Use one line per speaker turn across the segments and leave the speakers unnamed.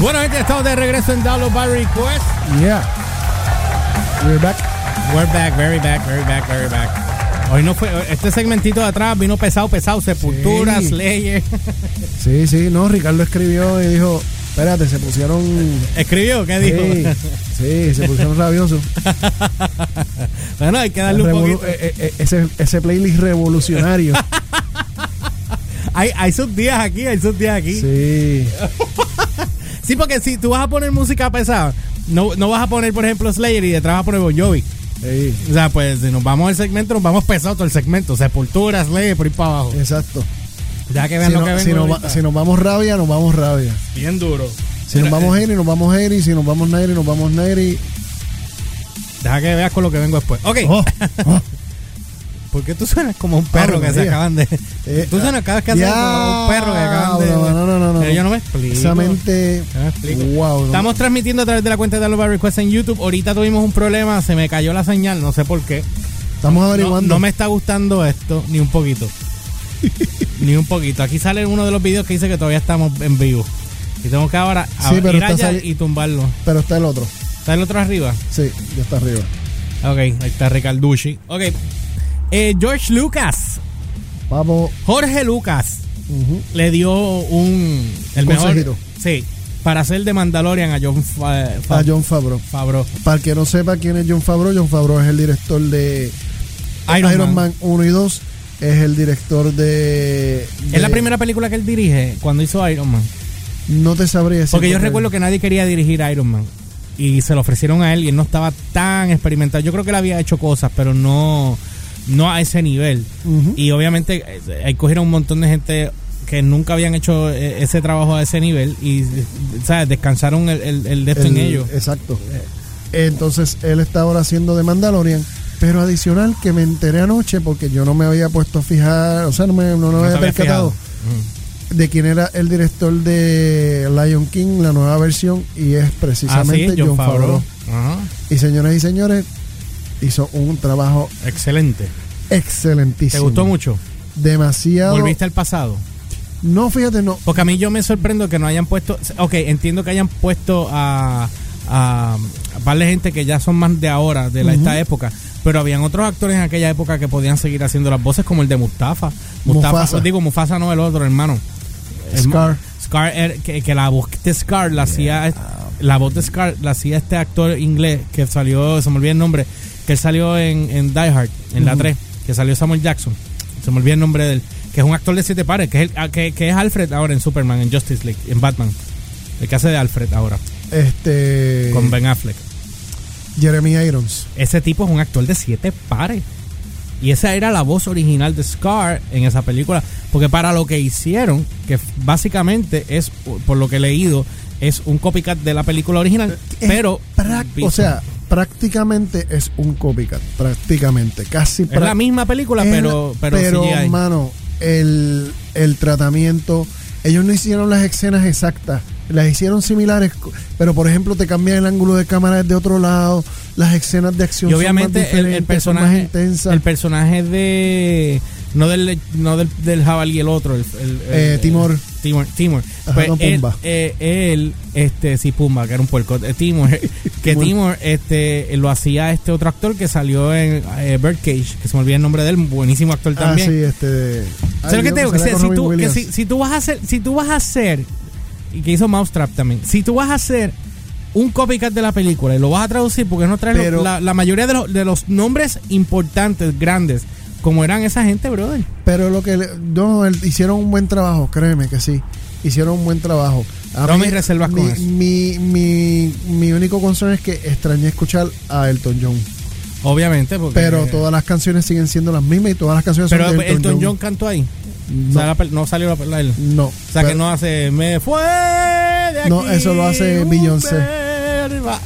Bueno, gente, estamos de regreso en Download by Request.
Yeah. We're back.
We're back, very back, very back, very back. Hoy no fue, este segmentito de atrás vino pesado, pesado, sepultura,
Sí.
Slayer.
Sí, sí, no, Ricardo escribió y dijo, espérate, se pusieron...
¿Escribió? ¿Qué dijo?
Sí, sí, se pusieron rabiosos.
bueno, hay que darle un
Revolu-
poquito.
eh, eh, ese, ese playlist revolucionario.
Hay, hay sus días aquí, hay sus días aquí. Sí.
Sí.
porque si tú vas a poner música pesada, no, no vas a poner, por ejemplo, Slayer y detrás vas a poner Bon Jovi.
sí,
O sea, pues si nos vamos al segmento, nos vamos pesado todo el segmento. Sepultura, Slayer, por ir para abajo.
exacto.
Ya que vean
Si,
lo que
no-
vengo
si nos va-
ahorita.
si nos vamos rabia, nos vamos rabia.
Bien duro.
Si nos
eh.
vamos Henry, nos vamos Henry. Si nos vamos Negri, nos vamos Negri.
Deja que veas con lo que vengo después. Ok.
Oh, oh,
¿Por qué tú suenas como un perro
Ave
que se
María.
acaban de.
Ah, Eh,
tú suenas cada vez que haces como un perro que acaban de.
diablo, No, no, no, no.
Pero yo no me explico.
Esa mente-
Yo no me Ah, explico.
Wow. no-
Estamos transmitiendo a través de la cuenta de Download by Request en YouTube. Ahorita tuvimos un problema, se me cayó la señal, no sé por qué.
estamos
No,
averiguando.
no me está gustando esto, ni un poquito. ni un poquito. Aquí sale uno de los videos que dice que todavía estamos en vivo. Y tengo que ahora a-
Sí, pero
ir
está
allá
sali-
y tumbarlo.
Pero está el otro.
¿Está el otro arriba?
Sí, ya está arriba.
Ok, ahí está Ricarducci. Ok. Eh, George Lucas,
Vamos.
Jorge Lucas,
ujú.
le dio un el
Consejito.
mejor sí para hacer de Mandalorian a John Fa- Fa-
A Ah, John Favreau.
Favreau.
Para el que no sepa quién es John Favreau, John Favreau es el director de
Iron Man.
Iron, Man. 1 y 2. Es el director de, de-
es la primera película que él dirige cuando hizo Iron Man
No te sabría decir.
porque yo recuerdo que nadie quería dirigir Iron Man y se lo ofrecieron a él y él no estaba tan experimentado yo creo que él había hecho cosas pero no no a ese nivel
Ujú.
y obviamente eh, ahí cogieron un montón de gente que nunca habían hecho eh, ese trabajo a ese nivel y eh, sabes descansaron el, el, el de esto en
El-
ellos
Exacto. Entonces él está ahora haciendo de Mandalorian. Pero adicional que me enteré anoche porque yo no me había puesto a fijar, o sea, no me, no me
No se
había
había
percatado
fijado. Mm.
de quién era el director de Lion King, la nueva versión, y es precisamente
Ah, sí,
John Favreau.
Ajá.
Y señoras y señores, hizo un trabajo
Excelente. ¿Te
excelentísimo.
gustó mucho?
Demasiado.
¿Volviste al pasado?
No, fíjate, no.
Porque a mí yo me sorprendo que no hayan puesto. Ok, entiendo que hayan puesto a. a. a par de gente que ya son más de ahora, de la, esta época. Pero habían otros actores en aquella época que podían seguir haciendo las voces, como el de Mustafa. Mustafa
Mufasa.
Digo, Mustafa no, el otro hermano.
Scar.
Scar, er- que, que la voz de Scar la hacía. La voz de Scar la hacía este actor inglés que salió, se me olvidó el nombre, que él salió en, en Die Hard, en la 3, que salió Samuel Jackson. Se me olvidó el nombre de él, que es un actor de siete pares, que es, el- ah, que, que es Alfred ahora en Superman, en Justice League, en Batman. El que hace de Alfred ahora,
Este.
con Ben Affleck.
Jeremy Irons.
Ese tipo es un actor de siete pares. Y esa era la voz original de Scar en esa película. Porque para lo que hicieron, que f- básicamente es, por lo que he leído, es un copycat de la película original.
Es
pero.
prac- o sea, prácticamente es un copycat. Prácticamente. Casi
es la misma película, pero. Pero, CGI.
mano, el, el tratamiento. Ellos no hicieron las escenas exactas. Las hicieron similares, co- pero por ejemplo te cambian el ángulo de cámara de otro lado, las escenas de acción
y
son más
obviamente el- el,
diferentes, son más
personaje.
intensas.
El personaje de. No del, no del, del jabalí y el otro, el, el-
Eh,
el-
Timor.
Timor, Timor.
Ajá,
Pues
no,
él,
Pumba.
eh, él, este, sí, Pumba, que era un puerco. eh, Timor, que
Timor.
Timor, este, lo hacía este otro actor que salió en eh, Birdcage, que se me olvida el nombre de él, buenísimo actor
Ah,
también.
sí, este.
O sea,
ay,
lo que
Dios,
te digo, que
sale
sea,
con
si
Robin
tú, que
Williams.
si, si tú vas a hacer, si tú vas a hacer, y que hizo Mousetrap también, si tú vas a hacer un copycat de la película y lo vas a traducir porque no traes lo-
Pero-
la, la mayoría de, los- de los nombres importantes, grandes, como eran esa gente, brother.
Pero lo que. le- no, el- hicieron un buen trabajo, créeme que sí. Hicieron un buen trabajo. A
No me reservas con
mi,
eso.
Mi, mi, mi único concern es que extrañé escuchar a Elton John.
Obviamente, porque.
Pero todas las canciones siguen siendo las mismas y todas las canciones
Pero
son de
Elton, John. cantó ahí. O sea, la pel- no salió la película de él.
No.
O sea, que
pero-
no hace. Me fue de aquí.
No, eso lo hace
un
Beyoncé.
verba".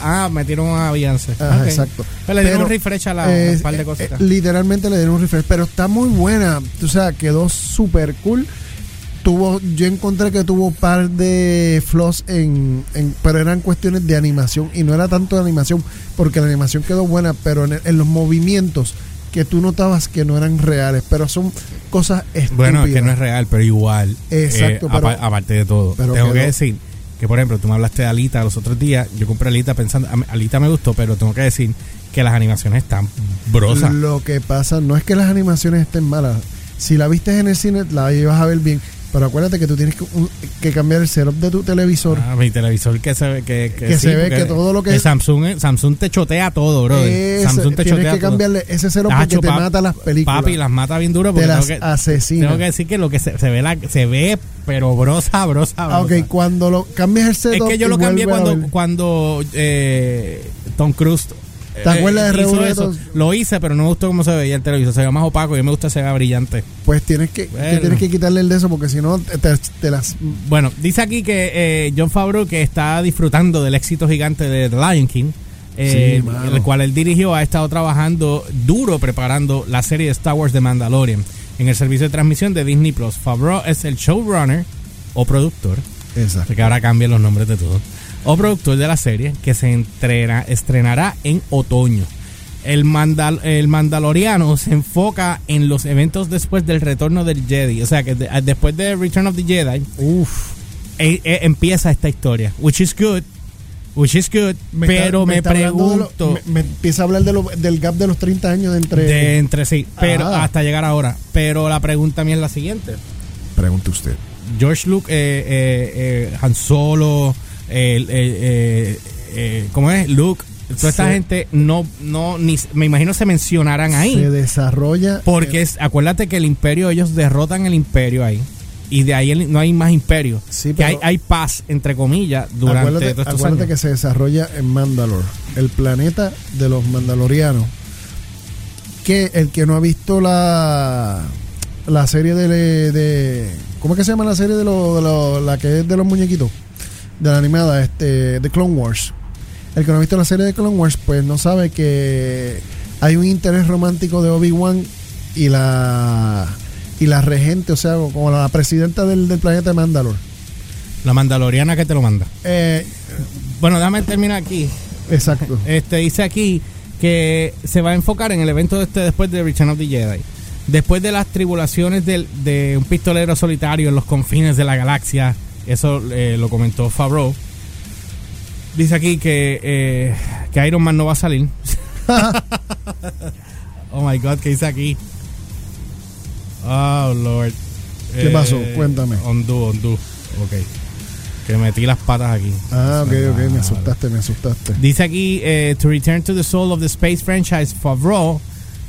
Ah, metieron a Beyoncé.
Ajá,
Ok.
exacto.
Pero le dieron
Pero,
un refresh a la a
eh,
un par de
eh,
cositas.
eh, literalmente le dieron un refresh, pero está muy buena. O sea, quedó súper cool. Tuvo, yo encontré que tuvo un par de flaws en, en- pero eran cuestiones de animación y no era tanto de animación, porque la animación quedó buena, pero en, el- en los movimientos que tú notabas que no eran reales, pero son cosas estúpidas.
Bueno, es que no es real, pero igual.
Exacto,
eh, apa-
pero-
aparte de todo.
pero
tengo
quedó-
que decir
que por ejemplo, tú me hablaste de Alita los otros días, yo compré Alita pensando, a- Alita me gustó, pero tengo que decir que las animaciones están brosas.
Lo que pasa no es que las animaciones estén malas. Si la viste en el cine, la ibas a ver bien. Pero acuérdate que tú tienes que, un- que cambiar el setup de tu televisor.
Ah, mi televisor que se ve que,
Que se ve
porque
que todo lo que-
el Samsung eh, Samsung te chotea todo, bro.
Eso,
Samsung te
tienes
chotea
que
todo.
cambiarle ese setup porque
Tacho,
te
pap-
mata las películas.
Papi, las mata bien duro
te
porque
las
tengo que,
asesina.
tengo que decir que lo que se, se ve la, se ve pero brosa, brosa, brosa.
Ah, ok, cuando lo cambias el
Es
setup.
que yo
y
lo cambié
vuelve a
cuando,
ver.
cuando eh, Tom Cruise. eh,
¿Te acuerdas de
hizo
Rebuletos?
eso. Lo hice, pero no me gustó cómo se veía el televisor. Se veía más opaco. Yo me gusta se vea brillante.
Pues tienes que, que
Bueno.
tienes que quitarle el de eso porque si no te, te- te las.
Bueno, dice aquí que eh, John Favreau que está disfrutando del éxito gigante de The Lion King, eh,
Sí, mano.
el cual él dirigió, ha estado trabajando duro preparando la serie de Star Wars de Mandalorian en el servicio de transmisión de Disney Plus. Favreau es el showrunner o productor,
Exacto.
así que ahora cambian los nombres de todos, o productor de la serie que se entrena, estrenará en otoño. El, mandal, el Mandaloriano se enfoca en los eventos después del retorno del Jedi, o sea que de- después de Return of the Jedi
Uf.
e- e- empieza esta historia, which is good, which is good,
está-
pero me,
está hablando de lo-
pregunto
me, me empieza a hablar de lo- del gap de los 30 años entre.
de entre sí, pero
Ah.
hasta llegar ahora, pero la pregunta mía es la siguiente:
Pregunte usted.
George Luke, eh, eh, eh, Han Solo, el- el- eh, eh, ¿cómo es? Luke, toda esta
Se-
gente no, no, ni me imagino se mencionarán ahí.
Se desarrolla.
Porque es- acuérdate que el imperio, ellos derrotan el imperio ahí. Y de ahí el- no hay más imperio.
Sí,
que
pero-
hay, hay paz, entre comillas, durante
acuérdate,
todos estos
acuérdate
años.
que se desarrolla en Mandalor, el planeta de los mandalorianos. Que el que no ha visto la la serie de, de- ¿cómo es que se llama la serie de, lo- de lo- la que es de los muñequitos? De la animada, este, de Clone Wars. El que no ha visto la serie de Clone Wars, pues no sabe que hay un interés romántico de Obi-Wan y la y la regente, o sea, como la presidenta del, del planeta de Mandalor.
La mandaloriana que te lo manda.
Eh,
Bueno, déjame terminar aquí.
exacto.
Este dice aquí que se va a enfocar en el evento de este después de Return of the Jedi. Después de las tribulaciones del- de un pistolero solitario en los confines de la galaxia, eso eh, lo comentó Favreau. Dice aquí que, eh, que Iron Man no va a salir. oh my god, ¿qué dice aquí? Oh lord.
¿Qué pasó? Cuéntame.
Ondú, ondú. Ok. Que metí las patas aquí.
Ah, ok, ok, me
Madre.
asustaste, me asustaste.
Dice aquí, eh, to return to the soul of the space franchise, Favreau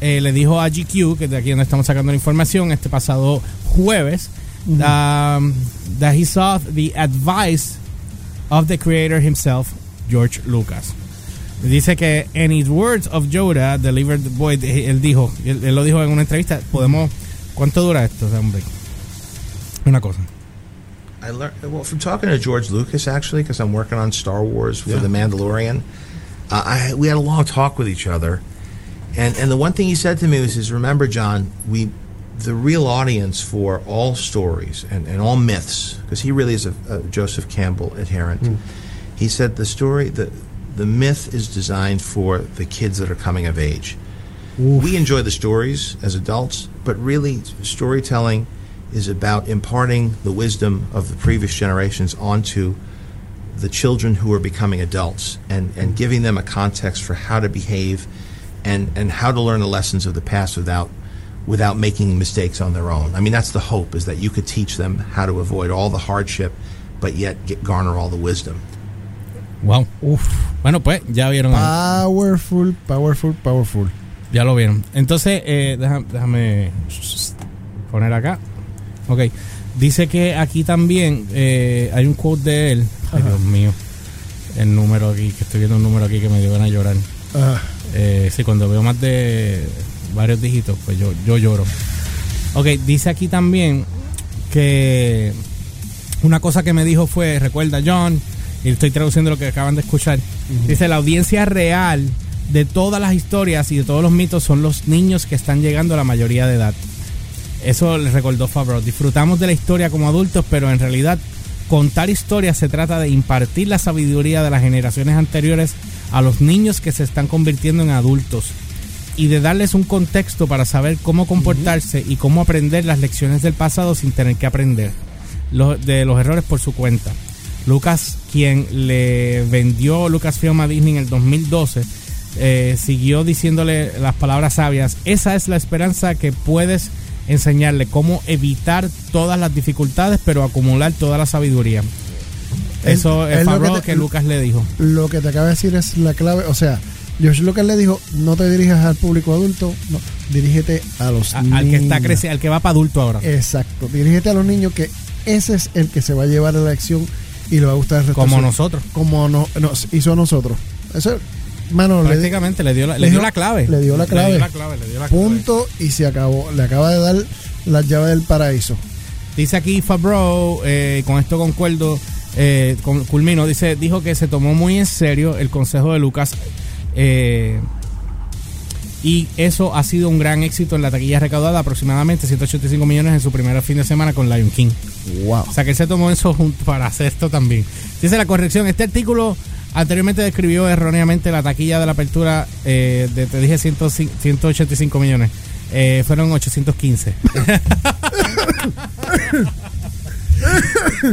eh, le dijo a GQ, que de aquí donde estamos sacando la información, este pasado jueves, um, that he sought the advice of the creator himself, George Lucas. Dice que, in his words of Yoda, delivered the boy, de- él dijo, él, él lo dijo en una entrevista, podemos, ¿cuánto dura esto? Dame un break. Una cosa.
I learned well from talking to George Lucas actually because I'm working on Star Wars for The Mandalorian. Uh, I we had a long talk with each other, and and the one thing he said to me was, "Is remember, John, we the real audience for all stories and, and all myths because he really is a, a Joseph Campbell adherent." He said the story the the myth is designed for the kids that are coming of age. We enjoy the stories as adults, but really storytelling is about imparting the wisdom of the previous generations onto the children who are becoming adults and, and giving them a context for how to behave and, and how to learn the lessons of the past without without making mistakes on their own. I mean that's the hope is that you could teach them how to avoid all the hardship but yet get, garner all the wisdom.
Wow. Bueno, pues ya vieron.
Ah,
ahí.
Powerful, powerful, powerful.
Ya lo vieron. Entonces, eh, deja- déjame poner acá. Ok. Dice que aquí también eh, hay un quote de él. Ay, Dios mío. El número aquí, que estoy viendo un número aquí que me dio ganas de llorar.
Ah,
Eh, sí, cuando veo más de varios dígitos, pues yo, yo lloro. Ok, dice aquí también que una cosa que me dijo fue, recuerda John, y estoy traduciendo lo que acaban de escuchar, dice la audiencia real de todas las historias y de todos los mitos son los niños que están llegando a la mayoría de edad. Eso les recordó Favreau. Disfrutamos de la historia como adultos, pero en realidad contar historias se trata de impartir la sabiduría de las generaciones anteriores a los niños que se están convirtiendo en adultos y de darles un contexto para saber cómo comportarse y cómo aprender las lecciones del pasado sin tener que aprender lo- de los errores por su cuenta. Lucas, quien le vendió Lucasfilm a Disney en el 2012, eh, siguió diciéndole las palabras sabias. Esa es la esperanza que puedes enseñarle cómo evitar todas las dificultades, pero acumular toda la sabiduría.
Él-
Eso es
él lo que
lo que,
te-
Lucas le dijo.
Lo que te acabo de decir es la clave. O sea, George Lucas le dijo: no te dirijas al público adulto, no, dirígete a los
A- al que está
niños".
creciendo, al que va para adulto ahora.
Exacto, dirígete a los niños que ese es el que se va a llevar a la acción y le va a gustar el resto
como
de su-
nosotros.
Como no, nos hizo a nosotros. Eso, mano, le di-
Prácticamente le dio la,
le
le dio
dio-
la clave.
le dio la
Le
clave.
dio la clave, le dio la clave.
punto y se acabó. Le acaba de dar las llaves del paraíso.
Dice aquí Fabro, con esto concuerdo, eh, con- culmino, dice, dijo que se tomó muy en serio el consejo de Lucas eh, y eso ha sido un gran éxito en la taquilla recaudada, aproximadamente 185 millones en su primer fin de semana con Lion King.
Wow.
O sea que él se tomó eso junto para hacer esto también. Dice la corrección, este artículo anteriormente describió erróneamente la taquilla de la apertura eh, de, te dije, 100 185 millones. Eh, fueron 815.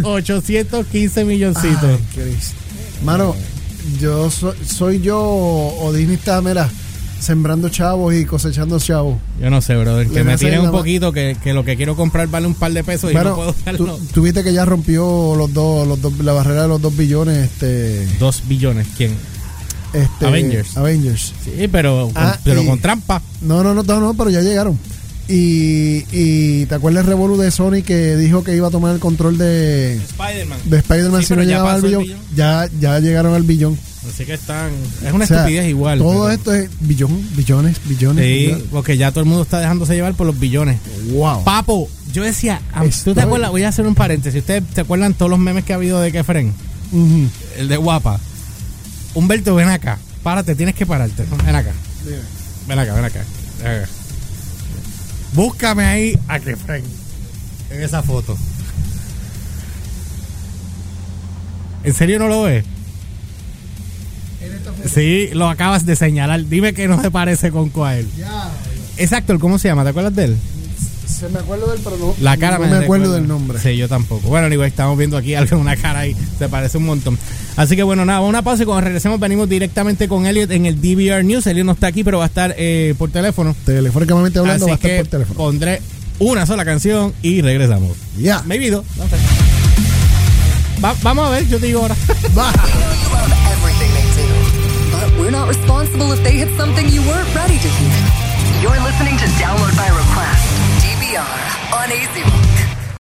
815 milloncitos.
Mano, yo so- soy yo o Disney está, mira, sembrando chavos y cosechando chavos.
Yo no sé, brother.
Le
Que me
nace
tiren
la
un
ma-
poquito, que, que lo que quiero comprar vale un par de pesos y no puedo
Bueno,
darlo.
tú, tú viste que ya rompió los dos, los dos, la barrera de los dos billones, este,
Dos billones, ¿quién?
este
Avengers.
Avengers.
Sí, pero, con-
Ah,
pero
y-
con trampa.
No, no, no, no, no, pero ya llegaron. Y, y te acuerdas el revolú de Sony que dijo que iba a tomar el control de,
Spider-Man.
de Spider-Man
Sí,
si no
pero ya
llegaba al
pasó el
billón.
billón.
Ya, ya llegaron al billón.
Así que están. Es una
O sea,
estupidez igual.
Todo
pero-
esto es billón, billones, billones.
Sí,
billones.
porque ya todo el mundo está dejándose llevar por los billones.
Wow.
Papo, yo decía, am- ¿tú
Estoy-
te acuerdas? Voy a hacer un paréntesis. ¿Ustedes se acuerdan todos los memes que ha habido de Kefren?
Ujú.
El de Guapa. Humberto, ven acá. Párate, tienes que pararte. Ven acá. Ven acá, ven acá. Ven acá. Búscame ahí a Kefren. En esa foto. ¿En serio no lo ves? Sí, lo acabas de señalar. Dime que no se parece con él.
Ya,
Ese actor, ¿cómo se llama? ¿Te acuerdas de él?
se me acuerdo del, pero no,
La cara
no me acuerdo
recuerda.
del nombre.
Sí, yo tampoco. Bueno, anyway, estamos viendo aquí algo una cara ahí. Se parece un montón. Así que bueno, nada, vamos a una pausa y cuando regresemos venimos directamente con Elliot en el DVR News. Elliot no está aquí, pero va a estar eh, por teléfono.
Telefónicamente hablando,
Así
va a estar
que
por teléfono.
pondré una sola canción y regresamos.
Ya.
Maybe dos. No sé. Va- vamos a ver, yo te digo ahora.
know you love everything they do. But we're not responsible if they hit something you weren't ready to hear. You're listening to Download by Request, DVR, on AZ Rock.